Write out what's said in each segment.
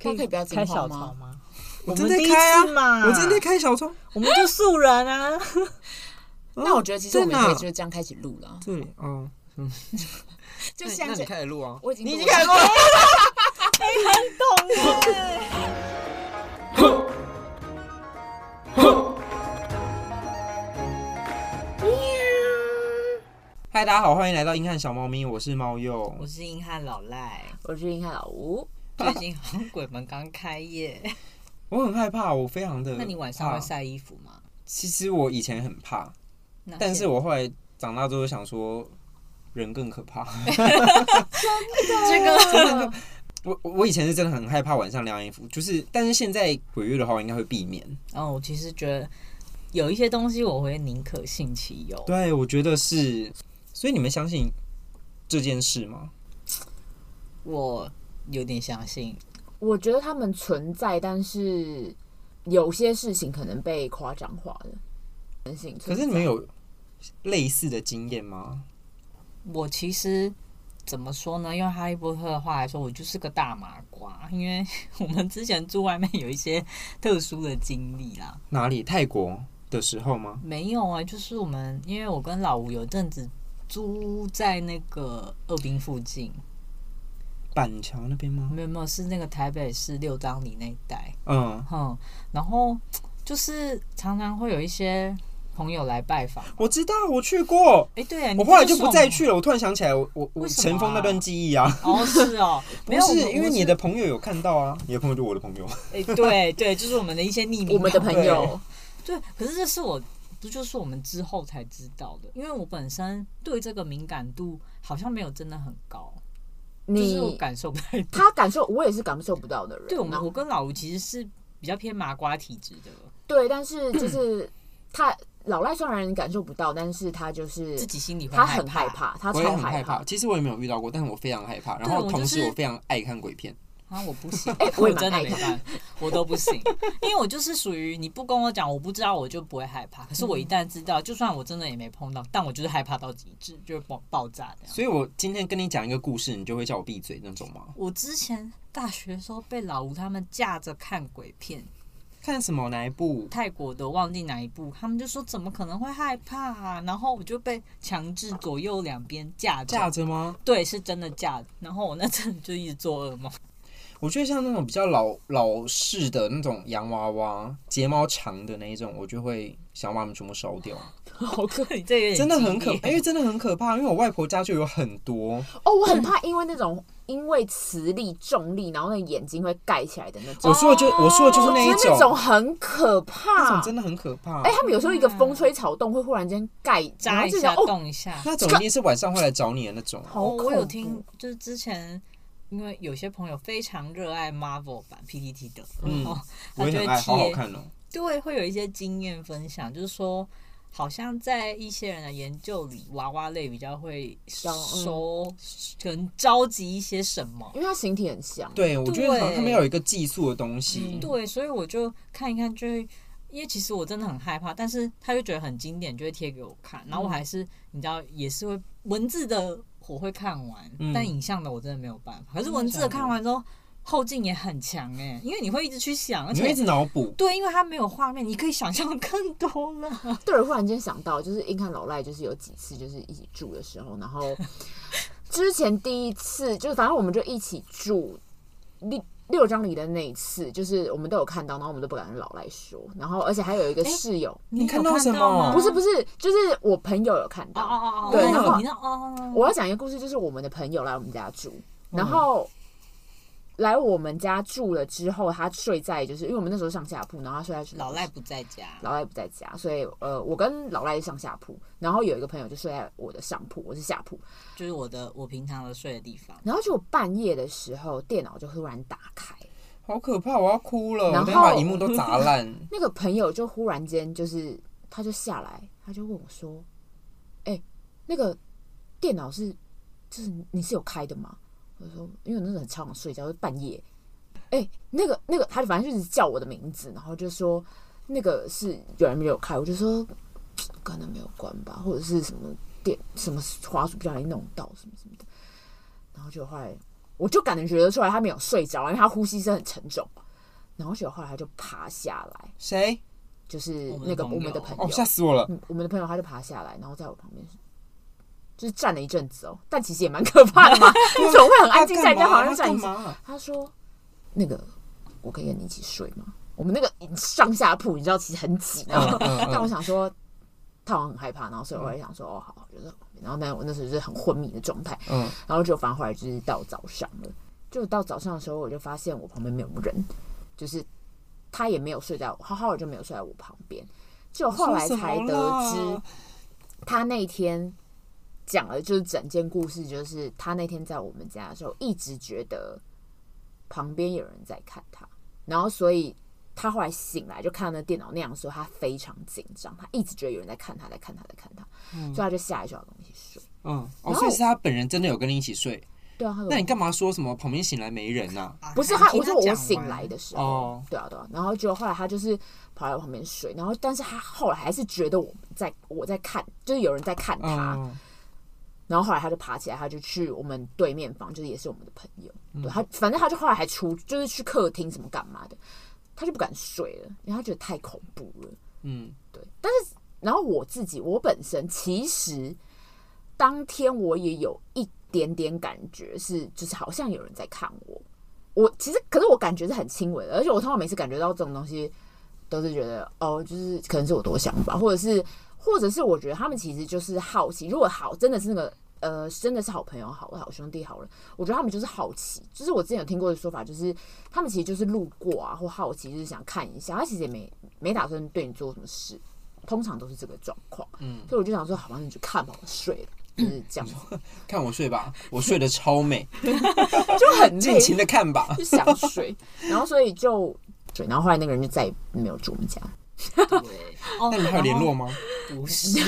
可以可以不要进开化小吗窗 吗？我们正在第一开啊次嘛，我正在开小窗。我们就素人啊。 哦那我觉得其实我们也在可哪以就是这样开始录了，这里哦，嗯，就那像那这你，开始录啊，我已经你已经录了开始录了，懂耶。嗨，大家好，欢迎来到硬汉小猫咪，我是猫鼬。我是硬汉老赖，我是硬汉老吴，最近好像鬼门刚 开业，我很害怕，我非常的。那你晚上会怕？晒衣服吗？嗯其实我以前很怕，那但是现我后来长大之后想说，人更可怕。这个我我我以前是真的很害怕晚上晾衣服，就是，但是现在鬼月的话，我应该会避免。哦，我其实觉得有一些东西我会宁可信其有，对，我觉得是。所以你们相信这件事吗？我有点相信。 我觉得他们存在，但是有些事情可能被夸张化了。人性存可在是你们有类似的经验吗？我其实怎么说呢？用哈利波特的话来说，我就是个大麻瓜，因为 我们之前住外面有一些特殊的经历啦。哪里？泰国的时候吗？没有啊，就是我们，因为我跟老吴有阵子租在那个二滨附近，板桥那边吗？没有没有，是那个台北市六张里那一带，嗯，哼、然后就是常常会有一些朋友来拜访，我知道，我去过。哎，对啊，你我后来这就个不送再我去了。我突然想起来，我我我为什么啊尘封那段记忆啊，哦，是 哦，不没有，我是们因为你的，朋友有看到啊，你的朋友就我的朋友，哎，对对，就是我们的一些匿名，我们的朋 友，对，可是这是我，这就是我们之后才知道的，因为我本身对这个敏感度好像没有真的很高，就是我你感受不太到。他感受，我也是感受不到的人。啊对我然们，后我跟老吴其实是比较偏麻瓜体质的，对，但是就是 他老赖虽然感受不到，但是他就是自己心里会他很害怕，他我也超很害怕怕。。其实我也没有遇到过，但是我非常害怕。然对后我同就时是我非常爱看鬼片，啊，我不行 哎，我我也蛮真的爱没看办法，我都不行，因为我就是属于你不跟我讲，我不知道我就不会害怕。可是我一旦知道，就算我真的也没碰到，但我就是害怕到极致，就是爆爆炸这样。所以我今天跟你讲一个故事，你就会叫我闭嘴那种吗？我之前大学的时候被老吴他们架着看鬼片，看什么哪一部？泰国的忘记哪一部，他们就说怎么可能会害怕啊？然后我就被强制左右两边架着，架着吗？对，是真的架着。然后我那阵子就一直做噩梦。我觉得像那种比较老老式的那种洋娃娃，睫毛长的那一种，我就会想把它们全部烧掉，好可，你这有点真的很激可烈，因为真的很可怕。因为我外婆家就有很多，哦，我很怕，因为那种因为磁力重力，然后那个眼睛会盖起来的那种。我说的就我说的就是那一我觉得哦那哦种种，很可那怕种，真的很可怕哎、。他们有时候一个风吹草动会忽然间盖，然嗯扎后一就下想哦，动一下。那种一定是晚上会来找你的那种。好哦，恐怖。我有听，就是之前因为有些朋友非常热爱 Marvel 版 PTT 的，嗯然后我他也就会很爱，好好贴，看哦。对，会有一些经验分享，就是说。好像在一些人的研究里，娃娃类比较会嗯收，可能召集一些什么。因为它形体很像，对，我觉得好像对嗯他们要有一个寄宿的东西。对，所以我就看一看，就会因为其实我真的很害怕，但是他就觉得很经典，就会贴给我看。然后嗯我还是、你知道，也是会文字的我会看完，嗯但影像的我真的没有办法。可是真的文字假的看的完之后，后劲也很强哎、因为你会一直去想，而你会一且直脑补。对，因为它没有画面，你可以想象更多 了。对我忽然间想到，就是硬看老赖，就是有几次就是一起住的时候，然后之前第一次就是反正我们就一起住六六张里的那一次，就是我们都有看到，然后我们都不敢跟老赖说，然后而且还有一个室友，你看有到到什么吗不是不是，就是我朋友有看哦到，哦哦，对哦然后你那哦，哦我要讲一个故事，就是我们的朋友来我们家住，然嗯后来我们家住了之后，他睡在就是因为我们那时候上下铺，然后他睡在老赖不在家，老赖不在家，所以呃，我跟老赖上下铺，然后有一个朋友就睡在我的上铺，我是下铺，就是我的我平常的睡的地方。然后就半夜的时候，电脑就忽然打开，好可怕！我要哭了，我然等后一下把荧幕都砸烂。 那个朋友就忽然间就是他就下来，他就问我说：“哎、那个电脑是就是你是有开的吗？”我就说：“因为我那时候很超想睡觉，就半夜。哎、那个那个，他就反正就是叫我的名字，然后就说那个是有人没有开，我就说嗯可能没有关吧，或者是什么电什么滑鼠不小心弄到什么什么的。然后就后来我就感觉觉得出来他没有睡着，因为他呼吸声很沉重。然后结果后来他就爬下来，谁？就是我们的那个朋友我们的朋哦，友，吓死我了！嗯，我们的朋友他就爬下来，然后在我旁边，就是站了一阵子哦。但其实也蛮可怕 的嘛，你怎么会很安静在人家旁边他站干一嘛阵他干嘛？他说：“那个，我可以跟你一起睡吗？”我们那个上下铺，你知道其实很挤的。嗯嗯 嗯但我想说，他好像很害怕，然后所以我也想说，哦，好，我就在旁边。然后但我那时候就是很昏迷的状态，嗯，然后就反正后来就是到早上了，就到早上的时候，我就发现我旁边没有人，就是他也没有睡在我，浩浩就没有睡在我旁边。就后来才说什得么知啦，他那天讲了就是整件故事，就是他那天在我们家的时候，一直觉得旁边有人在看他，然后所以他后来醒来就看到那电脑那样的时候，他非常紧张，他一直觉得有人在看他，在看他，在看他，所以他就下来就要跟我一起睡。嗯，然后哦，所以是他本人真的有跟你一起睡，对啊，他那你干嘛说什么旁边醒来没人啊呐？不是啊他，他，我说我醒来的，的时候，哦对啊对啊，然后就后来他就是跑来我旁边睡，然后但是他后来还是觉得我在我在看，就是有人在看他，嗯，然后后来他就爬起来，他就去我们对面房，就是也是我们的朋友，嗯对他反正他就后来还出就是去客厅什么干嘛的，他就不敢睡了，因为他觉得太恐怖了。嗯，对，但是然后我自己，我本身其实当天我也有一点点感觉是，就是好像有人在看我。我其实可是我感觉是很轻微的，而且我通常每次感觉到这种东西，都是觉得哦，就是可能是我多想吧，或者是或者是我觉得他们其实就是好奇。如果好真的是那个呃，真的是好朋友好了，好兄弟好了，我觉得他们就是好奇。就是我之前有听过的说法，就是他们其实就是路过啊，或好奇，就是想看一下。他其实也没没打算对你做什么事，通常都是这个状况。嗯，所以我就想说，好吧，那你就看吧，我睡了，就是这样， 看我睡吧，我睡得超美， 就很累尽，情的 看吧。就想睡。然后所以就对，然后后来那个人就再也没有住我们家。对，哦 那你们还有联络？吗？ 不是，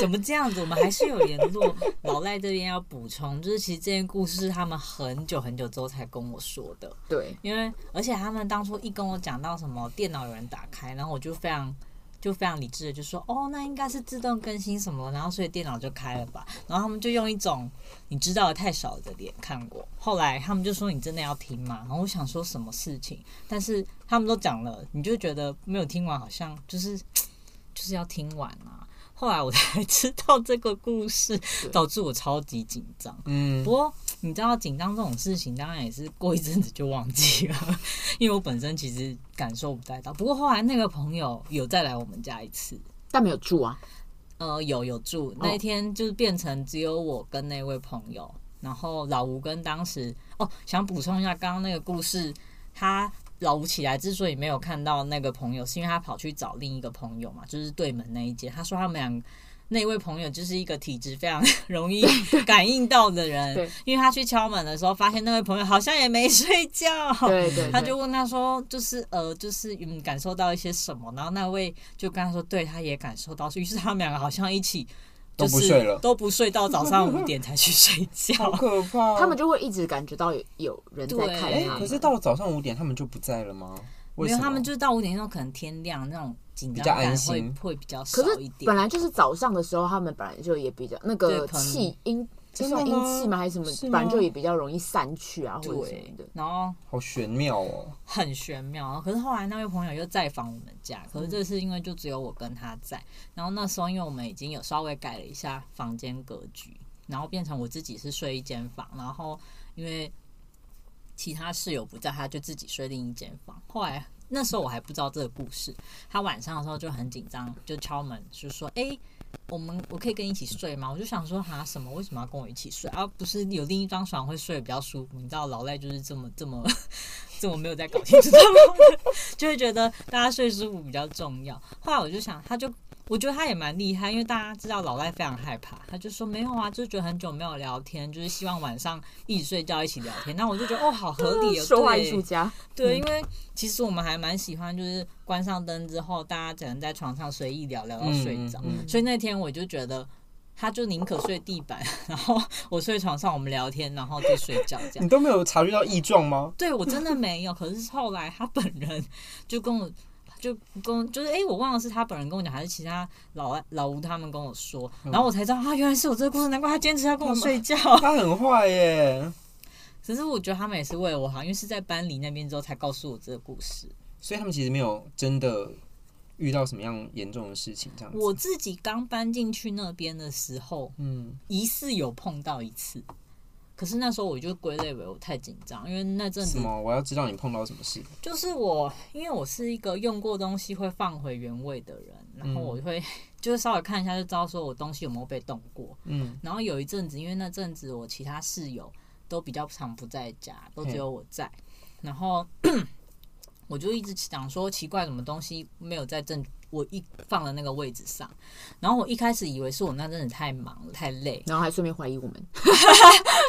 怎么这样子？我们还是有联络。老赖这边要补充，就是其实这件故事是他们很久很久之后才跟我说的，对，因为而且他们当初一跟我讲到什么电脑有人打开，然后我就非常。就非常理智的就说，哦，那应该是自动更新什么，然后所以电脑就开了吧。然后他们就用一种你知道的太少的脸看我。后来他们就说你真的要听吗？然后我想说什么事情，但是他们都讲了，你就觉得没有听完，好像就是就是要听完啊。后来我才 知道这个故事，导致我超级紧张。嗯不，过你知道紧张这种事情，当然也是过一阵子就忘记了， 因为我本身其实感受不太到。不过后来那个朋友有再来我们家一次，但没有住啊。呃，有有哦住那一天就是变成只有我跟那位朋友，然后老吴跟当时哦，想补充一下刚刚那个故事，他老吴起来之所以没有看到那个朋友，是因为他跑去找另一个朋友嘛，就是对门那一间，他说他们俩。那位朋友就是一个体质非常 容易感应到的人对，因为他去敲门的时候，发现那位朋友好像也没睡觉，对对哦他就问他说，就是呃，就是嗯，感受到一些什么？然后那位就跟他说，对，他也感受到，于是他们两个好像一起、都就不是、睡了都不睡到早上五点才去睡 好觉。可怕哦。他们就会一直感觉到有有人在看对哎他，们。可是到了早上五点，他们就不在了吗？为没什有，么？他们就是到五点钟可能天亮那种紧张比较安感会心会比较少可一是点本。来就是早上的时候，他们本来就也比较那个对可能啊气阴，这真的算阴吗气吗？还是什么是？吗本来就也比较容易散去啊，或者什么的。然后好玄妙哦。很玄妙。然后可是后来那位朋友又再访我们家，可是这次因为就只有我跟他在，然后那时候因为我们已经有稍微改了一下房间格局，然后变成我自己是睡一间房，然后因为其他室友不在，他就自己睡另一间房。后来那时候我还不知道这个故事，他晚上的时候就很紧张，就敲门就说：“哎、我们我可以跟你一起睡吗？”我就想说：“哈什么？为什么要跟我一起睡？啊，不是有另一张床会睡得比较舒服？你知道老赖就是这么这么 这么没有在搞清楚状况的，就会觉得大家睡舒服比较重要。”后来我就想，他就我觉得他也蛮厉害，因为大家知道老赖非常害怕，他就说没有啊，就是觉得很久没有聊天，就是希望晚上一起睡觉一起聊天。那我就觉得哦，好合理哦， 说话艺对术家，对，因为其实我们还蛮喜欢，就是关上灯之后，大家只能在床上随意聊聊到睡着。嗯所以那天我就觉得，他就宁可睡地板，然后我睡床上，我们聊天，然后就睡觉啊这你样。都没有察觉到异状吗？ 对我真的没有，可是后来他本人就跟我。 就跟就是哎、我忘了是他本人跟我讲，还是其他老老吴他们跟我说，嗯 然后我才知道啊，原来是有这个故事，难怪他坚持要跟我睡觉。他很坏耶，只是我觉得他们也是为了我好，因为是在班里那边之后才告诉我这个故事。所以他们其实没有真的遇到什么样严重的事情，这样子。我自己刚搬进去那边的时候，嗯，疑似有碰到一次，可是那时候我就归类为我太紧张，因为那阵子什么？我要知道你碰到什么事。就是我，因为我是一个用过东西会放回原位的人，然后我会就是稍微看一下就知道说我东西有没有被动过。嗯，然后有一阵子，因为那阵子我其他室友都比较常不在家，都只有我在，然后 我就一直想说奇怪，什么东西没有在正我一放的那个位置上。然后我一开始以为是我那阵子太忙了太累，然后还顺便怀疑我们，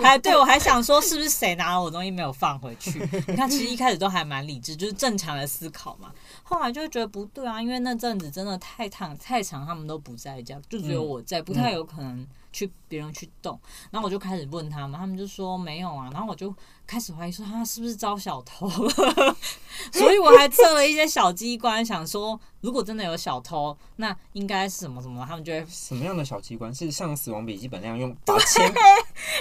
还对我还想说是不是谁拿了我东西没有放回去？你看，其实一开始都还蛮理智，就是正常的思考嘛。后来就觉得不对啊，因为那阵子真的太长太长，他们都不在家，就只有我在，不太有可能去别人去动。然后我就开始问他们，他们就说没有啊。然后我就开始怀疑说他啊是不是招小偷了， 所以我还测了一些小机关，想说如果真的有小偷，那应该是什么什么，他们就会什么样的小机关是像死亡笔记本那样用把 铅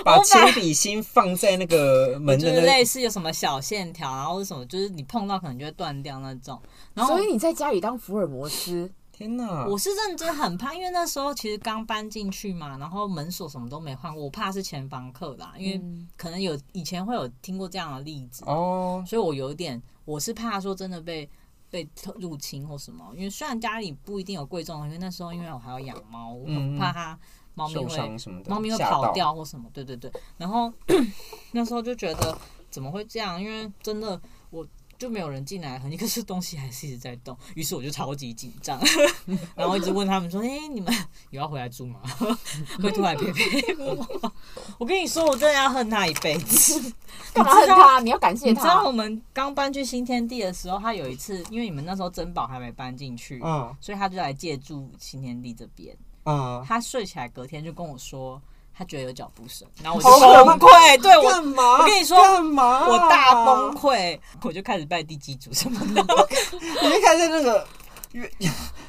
把铅笔芯放在那个门就的是那类似有什么小线条，然后是什么，就是你碰到可能就会断掉那种。然后所以你在家里当福尔摩斯，天哪！我是认真很怕，因为那时候其实刚搬进去嘛，然后门锁什么都没换过，我怕是前房客啦，因为嗯，可能有以前会有听过这样的例子，哦，所以我有一点我是怕说真的被被入侵或什么，因为虽然家里不一定有贵重的，因为那时候因为我还要养猫，我嗯很嗯怕它猫咪受会伤什么的，猫咪会吓到跑。掉或什么，对对对。然后 那时候就觉得怎么会这样？因为真的我就没有人进来，痕迹，可是东西还是一直在动，于是我就超级紧张， 然后一直问他们说：“哎、你们有要回来住吗？ 会突然陪陪我？”我跟你说，我真的要恨他一辈子。 干嘛恨他？你要感谢你知道他我。们刚搬去新天地的时候，他有一次，因为你们那时候珍宝还没搬进去，嗯所以他就来借住新天地这边。嗯，他睡起来隔天就跟我说，他觉得有脚步声，然后我好可就怕崩溃，对我干嘛？啊我跟你说干嘛？我大崩，溃，我就开始拜地基主什么的。 你就看在那个对，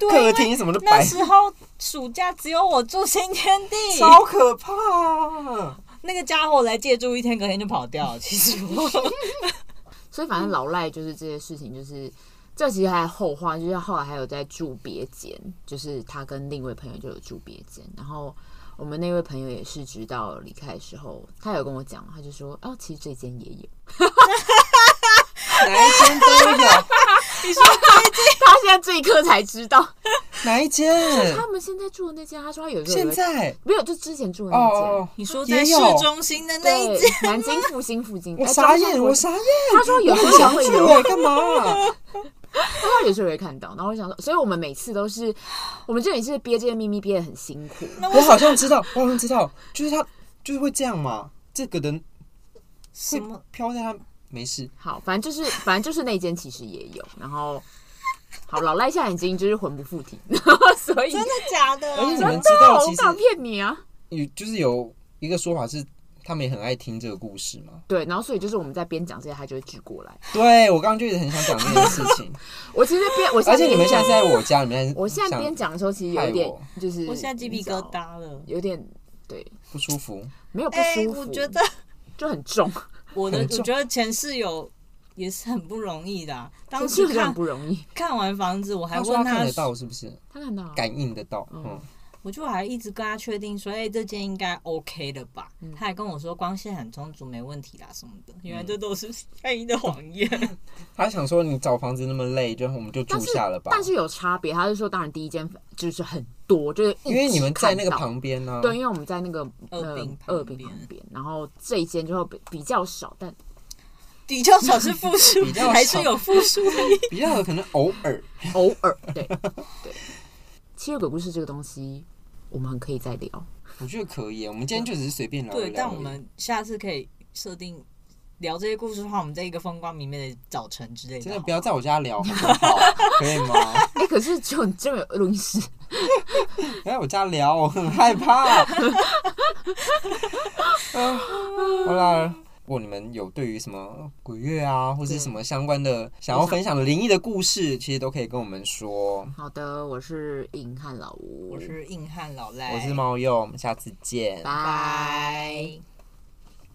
客因为厅什么的那摆，时候暑假只有我住新天地，超可怕啊。那个家伙来借住一天，隔天就跑掉了。其实 我所以反正老赖就是这些事情，就是这其实还有后话，就是后来还有在住别间，就是他跟另一位朋友就有住别间，然后我们那位朋友也是直到离开的时候，他有跟我讲，他就说哦，其实这间也有，哪一间都有，他现在这一刻才知道，哪一 间？他们现在住的那间，他说他有时候也现会在没有，就之前住的哦那间。哦，你说也在市有中心的那一对间，，南京复兴附近，我哎傻中山眼，国我傻眼，他说有我时很候想会去有，欸，干嘛？他有时候会看到，然后我就想说，所以我们每次都是，我们这里是憋这些秘密憋得很辛苦，那我为什好像知道，我好像知道，就是他就是会这样嘛，这个人什会么？飘在他没事，好，反正就是反正就是那间其实也有，然后好老赖现在已经就是魂不附体， 然后所以真的假的啊？而且你真们知道的我其不实敢骗你啊，有就是有一个说法是，他们也很爱听这个故事嘛。对，然后所以就是我们在边讲这些，他就会举过来，对我刚刚就一直很想讲这件事情，我其实边我而且你们现边在讲是在我家，你们我现在边想讲的时候，其实有一害点我就是我现在鸡皮疙，瘩你了知道。有点对，不舒服，没有不哎、舒服，我觉得就很重，我的很我重觉得前室友也是很不容易的啊、当是时不是很看不容易？看完房子，我还他说他问看得到是不是？他看到啊感应得到，嗯嗯，我就还一直跟他确定说，哎、这间应该 OK 的吧？嗯他还跟我说光线很充足，没问题啦什么的。原来这都是善意的谎 言。他想说你找房子那么累，就我们就住但是下了吧。但是有差别，他是说，当然第一间就是很多，就是一因为你们起在看那个到旁边呢、对，因为我们在那个二呃饼旁二饼边旁边，然后这一间就会比比较少，但比较少是复数比较，少还是有复数的意义？比较有可能偶尔。偶尔对对。七月鬼故事这个东西，我们很可以再聊。我觉得可以耶，我们今天就只是随便聊一聊而对，已。但我们下次可以设定聊这些故事的话，我们在一个风光明媚的早晨之类的。真的好不要在我家聊，好不好？可以吗？哎、可是只有你这边有录音室，不要在我家聊，我很害怕。 啊好啦，如果你们有对于什么鬼月啊，或是什么相关的想要分享的灵异的故事，其实都可以跟我们说。好的，我是硬汉老吴，我是硬汉老赖，我是猫鼬，我们下次见，拜。拜。